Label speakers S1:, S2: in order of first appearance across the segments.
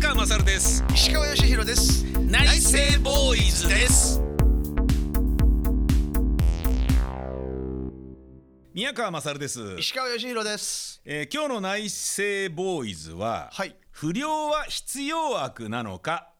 S1: 川勝です
S2: 石川義弘です
S1: 内政ボーイズです宮川勝です、
S2: 石川義弘です
S1: えー、今日の内政ボーイズは、
S2: はい
S1: 不良は必要悪なのか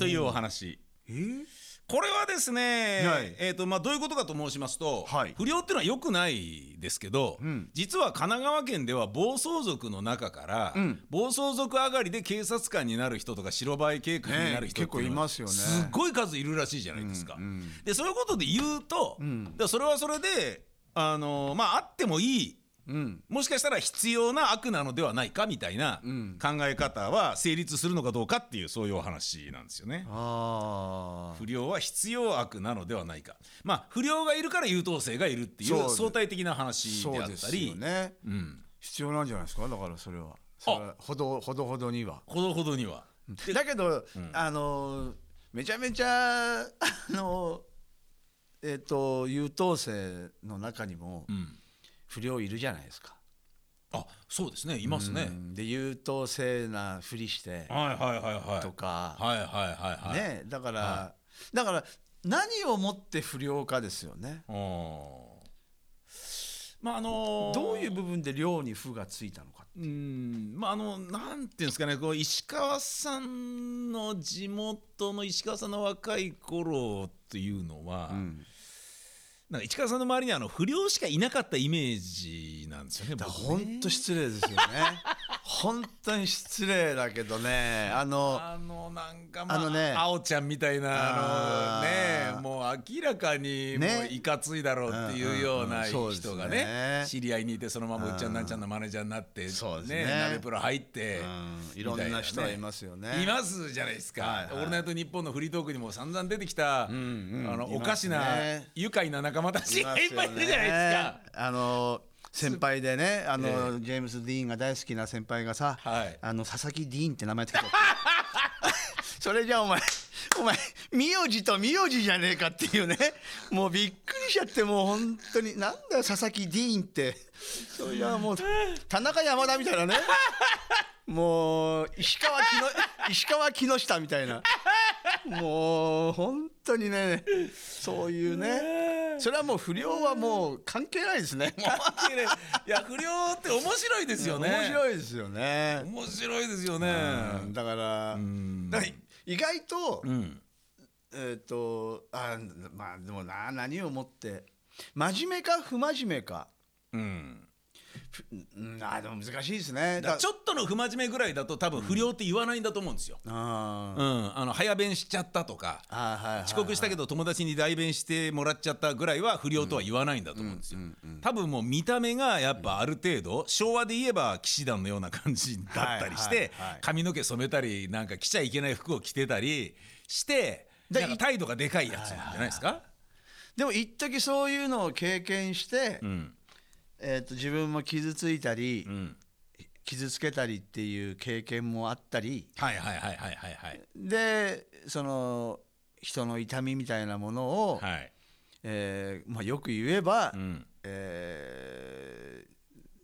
S1: というお話
S2: えー、
S1: これはですね、
S2: はい
S1: えーとまあ、どういうことかと申しますと、
S2: はい
S1: 不良っていうのは良くないですけど、
S2: うん
S1: 実は神奈川県では暴走族の中から、
S2: うん
S1: 暴走族上がりで警察官になる人とか白バイ警官になる人ってうのは
S2: ね結構いますよね
S1: すごい数いるらしいじゃないですか。
S2: うんうん
S1: でそういうことで言うと、
S2: うん
S1: だからそれはそれで、あのーまあ、あってもいい
S2: うん
S1: もしかしたら必要な悪なのではないかみたいな
S2: うん
S1: 考え方は成立するのかどうかっていうそういうお話なんですよね。
S2: ああ
S1: 不良は必要悪なのではないか、まあ、不良がいるから優等生がいるってい
S2: そう
S1: う
S2: です
S1: 相対的な話
S2: そ
S1: であ
S2: う
S1: っ
S2: で
S1: た
S2: すよ
S1: り、
S2: ね
S1: うん、
S2: 必要なんじゃないですかだからそれはそれはほどほどほどには
S1: ほどほどには。で
S2: だけど、あのーめちゃめちゃあのーえっ、と優等生の中にも
S1: うん、
S2: 不良いるじゃないですか、
S1: あそうですねいますね
S2: う。んで優等生なふりして
S1: はいはいはいはい。
S2: とか、
S1: はいはいはいはい。
S2: ねだから、
S1: は
S2: だから何をもって不良かですよね
S1: うんまああのー
S2: どういう部分で良に負がついたのか
S1: うんまああのなんていうんですかねこう石川さんの地元の石川さんの若い頃っていうのは、
S2: ん
S1: なんか市川さんの周りにあの不良しかいなかったイメージなんですよね。
S2: だ
S1: 僕
S2: 本当、失礼 ですよね本当に失礼だけどねあの
S1: あのなんかまあ
S2: あのね
S1: 青ちゃんみたいなあの
S2: あー
S1: ねもう明らかにも
S2: ね
S1: ういかついだろうっていうような
S2: うんうんうん
S1: 人が
S2: そうで
S1: ね
S2: すね
S1: 知り合いにいてそのままうっちゃんなんちゃんのマネージャーになって
S2: そうです
S1: ね
S2: ね
S1: 鍋プロ入って
S2: うんいろんな人がいますよね
S1: いますじゃないですか、
S2: はいはい
S1: オールナイトニッポン」のフリートークにも散々出てきた、
S2: んうん
S1: あの
S2: いますね
S1: おかしな、愉快な仲間たちいっ
S2: ま
S1: ぱ
S2: す
S1: い
S2: よ
S1: い
S2: ね
S1: るじゃないですか。
S2: あの先輩でねあの、ジェームス・ディーンが大好きな先輩がさ、
S1: はい
S2: あの佐々木ディーンって名前つけちゃった それじゃあお前お前名字と名字じゃねえかっていうねもうびっくりしちゃってもう本当になんだよ佐々木ディーンってそれじゃあもう田中山田みたいなねもう石川木の石川木下みたいなもう本当にねそういうねそれはもう不良はもう関係ないです ねもう
S1: いや不良って面白いですよね。
S2: 面白いですよね、
S1: 面白いですよね。
S2: うんだから
S1: ん
S2: だから意外と、
S1: うん。
S2: えっ、とあまあでもな何をもって真面目か不真面目か
S1: うん。
S2: ふうんあでも難しいですね
S1: だからち
S2: ょ
S1: ょ
S2: っ
S1: っとの不真面目ぐらいだと多分不良って言わないんだと思うんですよ。
S2: あ
S1: う
S2: ー
S1: ん。あの早弁しちゃったとか。
S2: あーはいはいはい
S1: 遅刻したけど友達に代弁してもらっちゃったぐらいは不良とは言わないんだと思うんですよ、多分もう見た目がやっぱある程度昭和で言えば騎士団のような感じだったりして
S2: はいはいはい
S1: 髪の毛染めたりなんか着ちゃいけない服を着てたりして
S2: で
S1: なんか態度がでかいやつなんじゃないですか、
S2: でも一時そういうのを経験して、
S1: うん
S2: えー、と自分も傷ついたり、
S1: うん、
S2: 傷つけたりっていう経験もあったり
S1: はいはいはいはいはいはい
S2: でその人の痛みみたいなものを、
S1: はい、
S2: えーまあ、よく言えば、
S1: うん
S2: え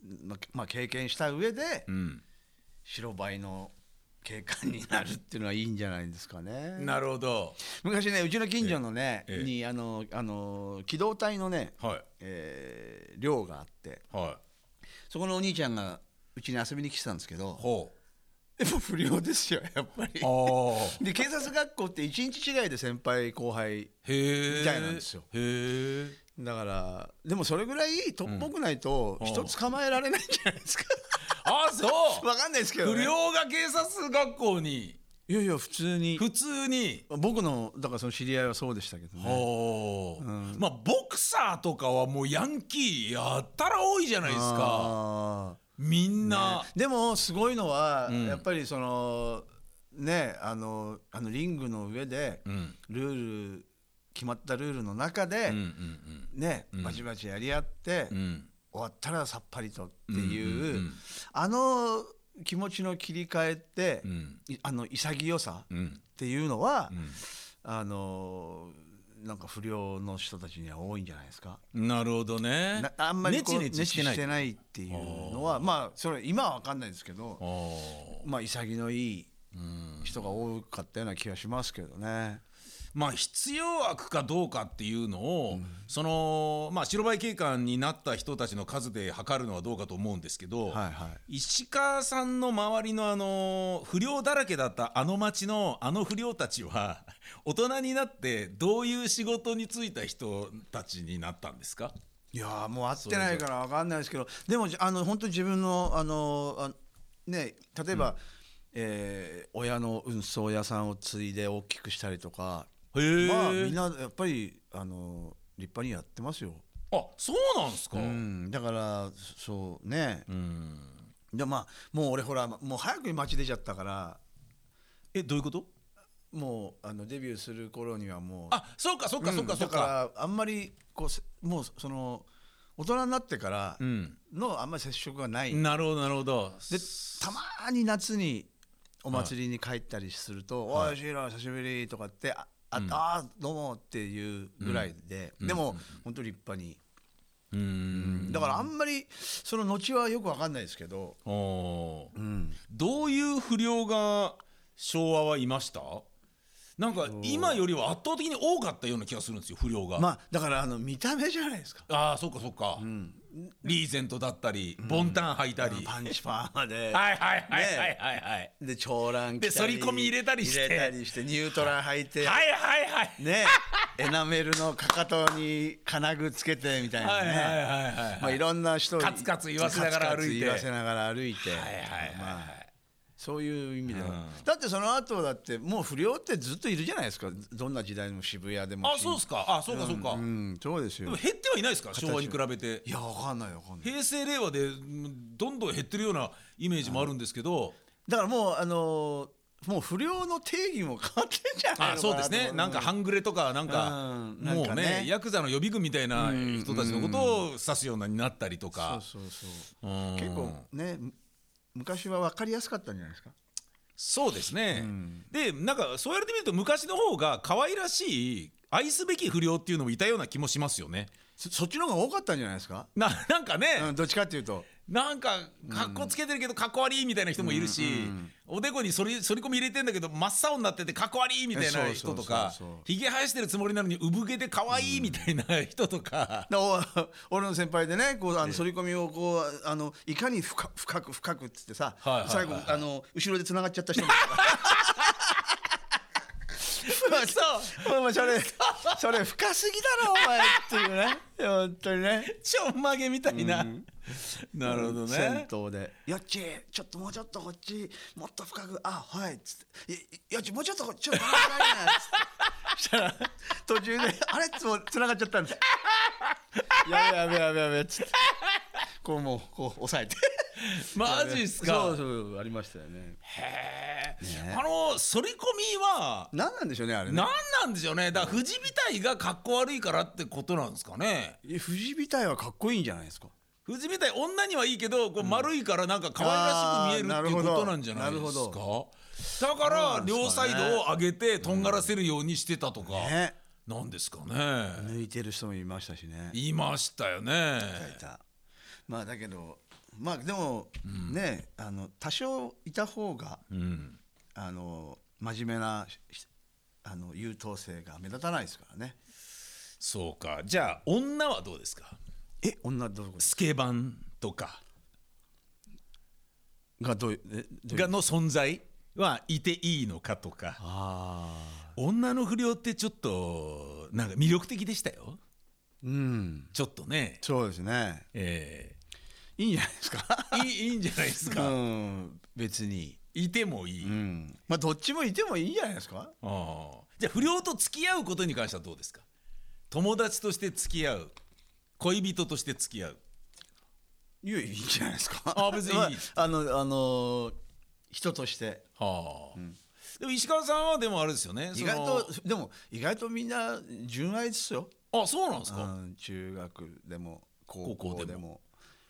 S2: ーまあまあ、経験した上で
S1: うん、
S2: 白バイの警官になるっていうのはいいんじゃないですかね。
S1: なるほど
S2: 昔ねうちの近所のね、
S1: ええ
S2: にあのあの機動隊のね、
S1: はい
S2: えー寮があって
S1: はい
S2: そこのお兄ちゃんがうちに遊びに来てたんですけど
S1: ほ
S2: やっぱ不良ですよやっぱり
S1: う。ああ
S2: で警察学校って一日違いで先輩後輩
S1: へえ
S2: みたいなんですよ
S1: へえ
S2: だからでもそれぐらいトップっぽくないと
S1: うん
S2: 人捕まえられないんじゃないですか
S1: あ そう
S2: わかんないですけど、ね、
S1: 不良が警察学校に
S2: いやいや普通に
S1: 普通に、
S2: 僕のだからその知り合いはそうでしたけどね
S1: おーまあボクサーとかはもうヤンキーやったら多いじゃないですか
S2: あ
S1: みんな、
S2: ーでもすごいのは、
S1: うん
S2: やっぱりそのねあのあのリングの上で
S1: うん
S2: ルール決まったルールの中で、
S1: うん
S2: ね
S1: ん
S2: バチバチやり合って、
S1: うんうんうん
S2: 終わったらさっぱりとっていう,、
S1: うんうんうん
S2: あの気持ちの切り替えって、
S1: うん
S2: いあの潔さ
S1: う
S2: っ
S1: ん
S2: ていうのは、
S1: ん
S2: あのなんか不良の人たちには多いんじゃないですか。
S1: なるほどね
S2: なあんまり
S1: ネ
S2: こう
S1: チネチしてない
S2: してないっていうのはまあそれ今は分かんないですけど
S1: あー
S2: まあ潔い人が多かったような気がしますけどね。
S1: まあ必要悪かどうかっていうのを、そのまあ白バイ警官になった人たちの数で測るのはどうかと思うんですけど、
S2: はいは
S1: 石川さんの周りのあの不良だらけだったあの町のあの不良たちは 大人になってどういう仕事に就いた人たちになったんですか
S2: いやーもう会ってないから分かんないですけどでもじあの本当に自分のあのあね例えば、えー親の運送屋さんを継いで大きくしたりとか
S1: へえ、
S2: まあみんなやっぱりあの立派にやってますよ。
S1: あそうなんですか、
S2: うん、だからそうね、
S1: うん
S2: でまあもう俺ほらもう早くに街出ちゃったから
S1: えどういうこと
S2: もうあのデビューする頃にはもう
S1: あそうかそうか
S2: うん
S1: そうかそう
S2: だ
S1: か、
S2: からあんまりこうせもうその大人になってから
S1: うん
S2: のあんまり接触がない、で
S1: なるほどなるほど
S2: たまに夏にお祭りに帰ったりすると「おいシーラ久しぶり」とかって「ああ,、あーどうも」っていうぐらいで、でも、本当に立派に
S1: うん
S2: だからあんまりその後はよく分かんないですけど、
S1: おー
S2: うん、
S1: どういう不良が昭和はいましたなんか今よりは圧倒的に多かったような気がするんですよ不良が、
S2: まあだからあの見た目じゃないですか。
S1: ああそうかそうか、リーゼントだったりボンタン履いたり、はい
S2: パンチパーマ で
S1: はいはいはいはいはい
S2: で長蘭
S1: で反り込み入れたりして
S2: 入れたりしてニュートラル履いて、
S1: はいはいはい
S2: ねエナメルのかかとに金具つけてみたいな
S1: はい
S2: ね、
S1: はいはいはい
S2: まあ、いろんな人に
S1: カツカツ言わせながら歩いて
S2: カツカツ言わせながら歩いて、
S1: はいはいはい
S2: まあ、そういう意味では、
S1: うん
S2: だってその後だってもう不良ってずっといるじゃないですかどんな時代でも渋谷でも
S1: あそうですかあそうかそうか、
S2: うんそうです
S1: で
S2: よ
S1: も減ってはいないですか昭和に比べて
S2: いやわかんないわかんない
S1: 平成令和でうんどんどん減ってるようなイメージもあるんですけど、
S2: だからもうあのーもう不良の定義も変わってんじゃないのかな
S1: あそうです
S2: と
S1: ね
S2: 思
S1: なんか半グレとかなんか
S2: うんなん
S1: もう
S2: かね
S1: ねヤクザの予備軍みたいな人たちのことを指すようになったりとか
S2: そうそうそう
S1: うん
S2: 結構ねむ昔は分かりやすかったんじゃないですか
S1: そうですね、でなんかそうやってみると昔の方が可愛らしい愛すべき不良っていうのもいたような気もしますよね
S2: そそっちの方が多かったんじゃないですか、
S1: ななんかね、
S2: うん、どっちかっていうと
S1: なんか格好つけてるけど格好悪いみたいな人もいるし、おでこに反り反り込み入れてんだけど真っ青になってて格好悪いみたいな人とか
S2: そうそうそうそう
S1: ひげ生やしてるつもりなのに産毛で可愛いみたいな人とか、
S2: だお 俺の先輩でねこうあの反り込みをこうあのいかに深深く深くっつってさ、
S1: はいはいはい
S2: 最後あの後ろで繋がっちゃった人も お前それ それ深すぎだろお前っていうね本当にね
S1: ちょんまげみたいな、なるほどね
S2: 銭湯で「よっちちょっともうちょっとこっちもっと深くあはい」っつってい「よっちもうちょっとこっちちょっとバラバラや」っつ ってしたら途中で 「あれ?」っつもつながっちゃったんです「やべやべやべやべ」っつってこうもうこう押さえ て
S1: マジっすか
S2: そうそうそうありましたよね
S1: へえ、あの反り込みは
S2: 何なんでしょうねあれね
S1: 何なんでしょうねだから富士みたいが格好悪いからってことなんですかね
S2: え富士みたいはかっこいいんじゃないですか
S1: 富士みたい女にはいいけどこう丸いからなんか可愛らしく見え
S2: あー
S1: るっていうこ
S2: なるほ
S1: と
S2: ど
S1: なんじゃないで
S2: なる
S1: す
S2: ほ
S1: かだから両サイドを上げてとんがらせるようにしてたとか
S2: ね
S1: なんですかね
S2: 抜いてる人もいましたしね
S1: いましたよね
S2: いたまあだけどまあでもね、あの多少いた方が
S1: うん
S2: あの真面目なしあの優等生が目立たないですからね
S1: そうかじゃあ女はどうですか
S2: え女どういうこ
S1: スケバンとか
S2: とがどういうえどういう
S1: がの存在はいていいのかとか
S2: ああ
S1: 女の不良ってちょっとなんか魅力的でしたよ
S2: うん
S1: ちょっとね
S2: そうですね
S1: え
S2: いいんじゃないですか
S1: えいいいいんじゃないです
S2: う
S1: か、
S2: ん別に
S1: いてもいい、
S2: うんまあどっちもいてもいいんじゃないですか
S1: ああじゃあ不良と付き合うことに関してはどうですか友達として付き合う恋人として付き合う
S2: いやいいんじゃないですか
S1: あ別にいい
S2: まあ、あのあの人として
S1: はあ、でも石川さんはでもあれですよね
S2: 意
S1: その
S2: 外とでも意外とみんな純愛ですよ
S1: あそうなんですか、
S2: うん、中学でも高
S1: 高校
S2: 校
S1: で
S2: で
S1: も
S2: も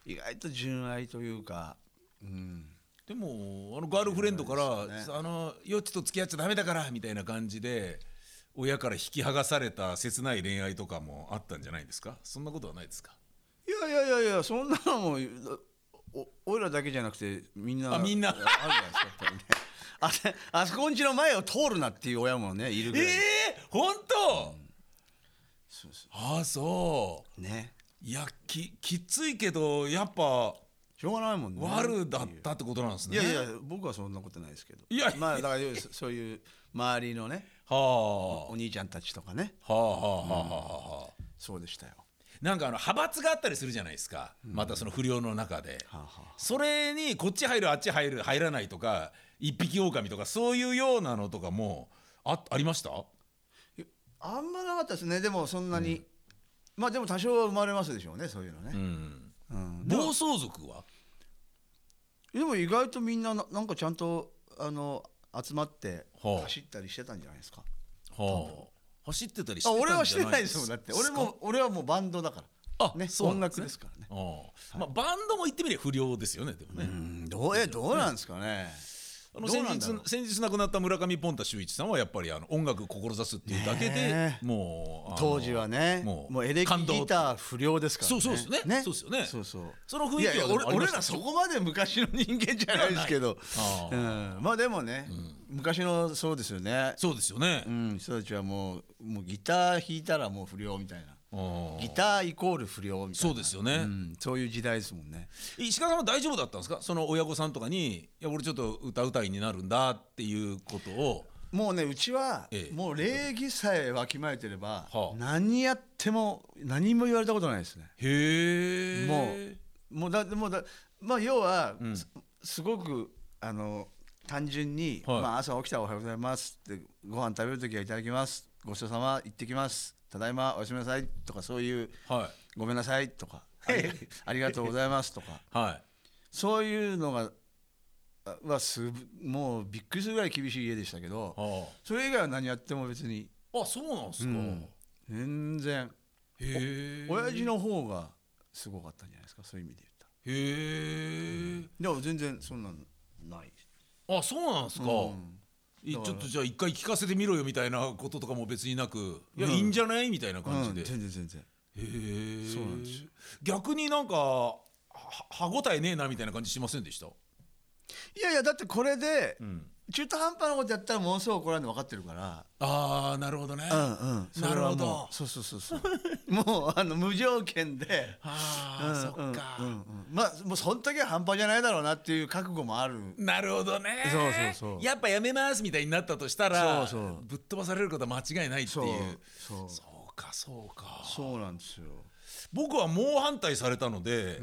S2: 意外と純愛というか、うん、
S1: でもあのガールフレンドから、
S2: です
S1: あのよっちと付き合っちゃダメだからみたいな感じで親から引き剥がされた切ない恋愛とかもあったんじゃないですかそんなことはないですか
S2: いやいやいやいやそんなのもおお俺らだけじゃなくてみんな
S1: あみんな
S2: あるじゃないですかやっぱりねああ そこんちの前を通るなっていう親もねいるぐ
S1: え
S2: らい、
S1: え本当、
S2: そうそ
S1: ああそう
S2: うね
S1: いやききついけどやっぱ
S2: しょうがないもんね
S1: 悪だったってことなんです
S2: い
S1: ね
S2: やいや僕はそんなことないですけど
S1: いやいや
S2: まあだからそそういう周りのね
S1: は
S2: お兄ちゃんたちとかね
S1: あはあはあはあはあはあ
S2: そうでしたよ
S1: なんかあの派閥があったりするじゃないですか、またその不良の中で、
S2: はあはあ
S1: それにこっち入るあっち入る入らないとか一匹狼とかそういうようなのとかもあありました
S2: あんまなかったですねでもそんなに、まあでも多少は生まれますでしょうねそういうの
S1: う
S2: ね、
S1: ん
S2: うんでも
S1: 暴走族は
S2: でも意外とみんなななんかちゃんとあの集まって
S1: はあ
S2: 走ったりしてたんじゃないですか、
S1: はあ走ってたりして
S2: あ、
S1: たんじゃ
S2: 俺
S1: ない
S2: はしてないですもんだって俺
S1: すか
S2: も俺はもうバンドだか
S1: あ
S2: ら、ね、
S1: そう
S2: 音
S1: なん
S2: 楽ですからね
S1: ああまあ、バンドも言ってみれば不良ですよねでもね、
S2: うんどうえどうなんですかね
S1: あの
S2: どう
S1: 先
S2: なんだろう
S1: 日先日亡くなった村上ポンタ秀一さんはやっぱりあの音楽を志すっていうだけで、
S2: ねえ
S1: もうあの
S2: 当時はねも
S1: も
S2: う
S1: う
S2: エレキ
S1: 感動
S2: ギター不良ですからね
S1: そうそうですねそうですよね
S2: そうそう
S1: その雰囲
S2: い
S1: 気は
S2: やいや
S1: でも
S2: 俺
S1: ありま
S2: 俺
S1: した
S2: らそこまで昔の人間じゃないですけど
S1: あ
S2: う
S1: あ
S2: ん、まあでもね、昔のそうですよね
S1: そうですよね、
S2: うん、人たちはもうもうギター弾いたらもう不良みたいな
S1: ああ
S2: ギターイコール不良みたいな
S1: そうですよね
S2: んそういう時代ですもんね
S1: 石川さんは大丈夫だったんですかその親御さんとかに「いや俺ちょっと歌うたいになるんだ」っていうことを
S2: もうねうちは
S1: ええ
S2: もう礼儀さえわきまえてれば
S1: はあ
S2: 何やっても何も言われたことないですね
S1: へえ
S2: もうもうだもうだまあ要は、
S1: うん
S2: すすごくあの単純に、
S1: はい
S2: まあ、朝起きたらおはようございますってご飯食べる時はいただきますごちそうさま行ってきますただいまおやすみなさいとかそういう
S1: は
S2: ごめんなさいと かありありがとうございますとか
S1: いはい
S2: そういうのがあはすぶもうびっくりするぐらい厳しい家でしたけど
S1: は
S2: それ以外は何やっても別に
S1: ああそうなんですか、
S2: うん全然
S1: へえ
S2: 親父の方がすごかったんじゃないですかそういう意味で言ったら
S1: へえ
S2: でも全然そんなのない
S1: あそうなんですか、
S2: うん
S1: いち
S2: だ
S1: ょ
S2: か
S1: っ
S2: ら
S1: とじゃあ一回聞かせてみろよみたいなこととかも別になく「いや、
S2: うん
S1: いいんじゃない?」みたいな
S2: う
S1: 感
S2: ん
S1: じで、
S2: 全然全然
S1: へえ
S2: そうなんですよ
S1: 逆になんかは歯応えねえなみたいな感じしませんでした、
S2: いやいやだってこれで
S1: うん、
S2: 中途半端なことやったらものすごい怒られるの分かってるから
S1: ああなるほどね、
S2: う
S1: は
S2: んうん
S1: なるほど
S2: それはもうそうそうそうそう もうあの無条件で
S1: あ、そっか、
S2: うんうんうんまあもうそん時は半端じゃないだろうなっていう覚悟もある
S1: なるほどね
S2: そうそうそう
S1: やっぱやめますみたいになったとしたら
S2: そうそう
S1: ぶっ飛ばされることは間違いないっていう
S2: そう
S1: そうかそうか
S2: そうなんですよ
S1: 僕は猛反対されたので、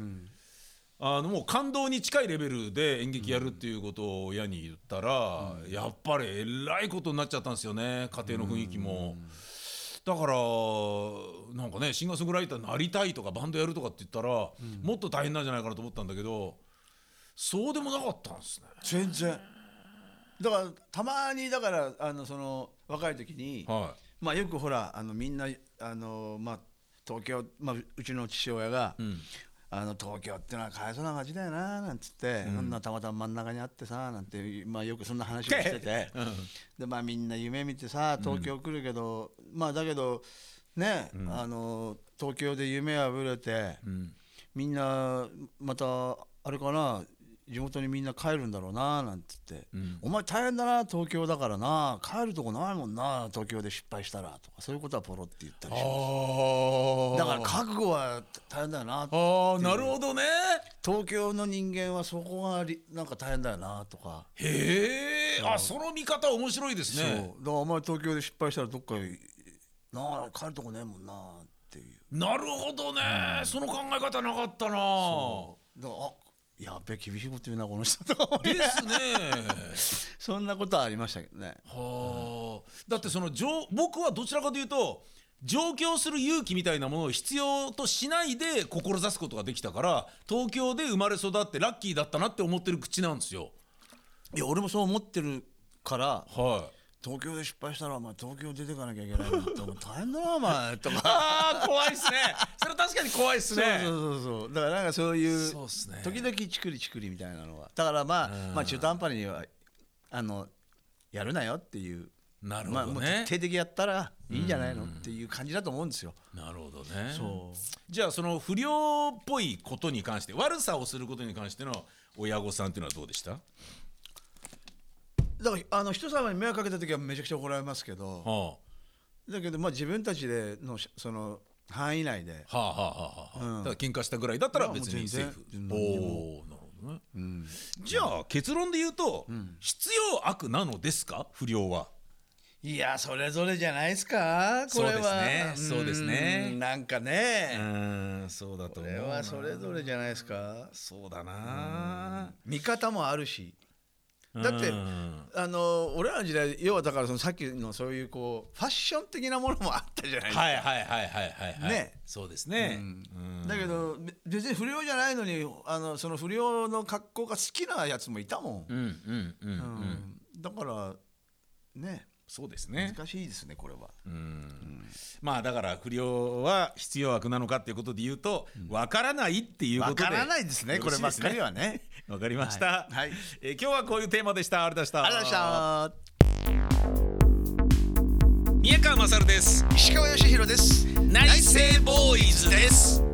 S1: あのもう感動に近いレベルで演劇やるっていうことを親に言ったら、やっぱりえらいことになっちゃったんですよね家庭の雰囲気も。だからなんかねシンガーソングライターになりたいとかバンドやるとかって言ったら、もっと大変なんじゃないかなと思ったんだけどそうでもなかったんですね。
S2: 全然だからたまにだからあのその若い時に、
S1: は
S2: まあよくほらあのみんなあのまあ東京、まあ、うちの父親が、
S1: い、うん
S2: あの東京ってのはかわいそうな街だよななんつって、そんなたまたま真ん中にあってさなんて、まあ、よくそん な話をしてて、でまあ、みんな夢見てさ東京来るけど、まあだけどね、あの東京で夢はぶれて、
S1: うん
S2: みんなまたあれかな地元にみんな帰るんだろうななんつって、
S1: うん
S2: お前大変だな東京だからな帰るとこないもんな東京で失敗したらとかそういうことはポロって言ったりします
S1: あ
S2: だから覚悟は大変だよなって
S1: あーなるほどね
S2: 東京の人間はそこがりなんか大変だよなとか、
S1: へえあその見方面白いです
S2: そうだ
S1: ね
S2: からお前東京で失敗したらどっかいなあ帰るとこねえもんなっていう
S1: なるほどね、その考え方なかったな
S2: だからあやっべ厳しいこと言うなこの人とか思い
S1: ですね
S2: そんなことはありましたけどね
S1: はあだってその上僕はどちらかというと上京する勇気みたいなものを必要としないで志すことができたから東京で生まれ育ってラッキーだったなって思ってる口なんですよ
S2: いや俺もそう思ってるから
S1: はい
S2: 東京で失敗したらお前東京出てかなきゃいけないなって お前大変だなお前と か
S1: あー怖いっすねそれ確かに怖いっすね
S2: そうそうそうそうだからなんかそういう
S1: そうっすね
S2: 時々チクリチクリみたいなのはだからまあ、まあ中途半端にはあのやるなよっていう
S1: なるほ
S2: まあ
S1: ど
S2: もう徹
S1: ね
S2: 底、的やったらいいんじゃないのっていう感じだと思うんですよ。
S1: なるほどね
S2: そう
S1: じゃあその不良っぽいことに関して悪さをすることに関しての親御さんっていうのはどうでした
S2: だからあの人様に迷惑かけた時はめちゃくちゃ怒られますけど
S1: は
S2: だけどまあ自分たちでのしその範囲内で
S1: あ、はあはあはあはあ、
S2: う
S1: だ
S2: ん
S1: から喧嘩したぐらいだったら
S2: まあ
S1: 別にセーフ
S2: もう全然
S1: お
S2: 何に
S1: おーなるほどね、じゃあ結論で言うと、必要悪なのですか不良はい
S2: やそれぞれじゃないですかこれは
S1: そうですねそうですね
S2: うんなんか
S1: う
S2: ね
S1: ーんそうだと
S2: こ
S1: 思う
S2: れ
S1: な
S2: はそれぞれじゃないですか
S1: そうだな
S2: 見方もあるしだって
S1: うん
S2: あの俺らの時代要はだからそのさっきのそういうこうファッション的なものもあったじゃないですか、
S1: はいはいはいはいはいはい
S2: ね
S1: そうですね、うん
S2: だけどべ別に不良じゃないのにあのその不良の格好が好きなやつもいたもん、
S1: うんうんうん、う
S2: うん
S1: ん、
S2: だからね
S1: そうですね
S2: 難しいですねこれは、
S1: まあだから不良は必要悪なのかっていうことで言うとわからないっていうことで
S2: わからないですね
S1: よろし
S2: こればっかりは
S1: です
S2: ね
S1: わかりました、
S2: はいはい
S1: えー今日はこういうテーマでしたありがとうござい
S2: あ
S1: ま
S2: り
S1: した
S2: がとうございま
S1: 宮川勝です
S2: した石川義弘です
S1: 内政ボーイズです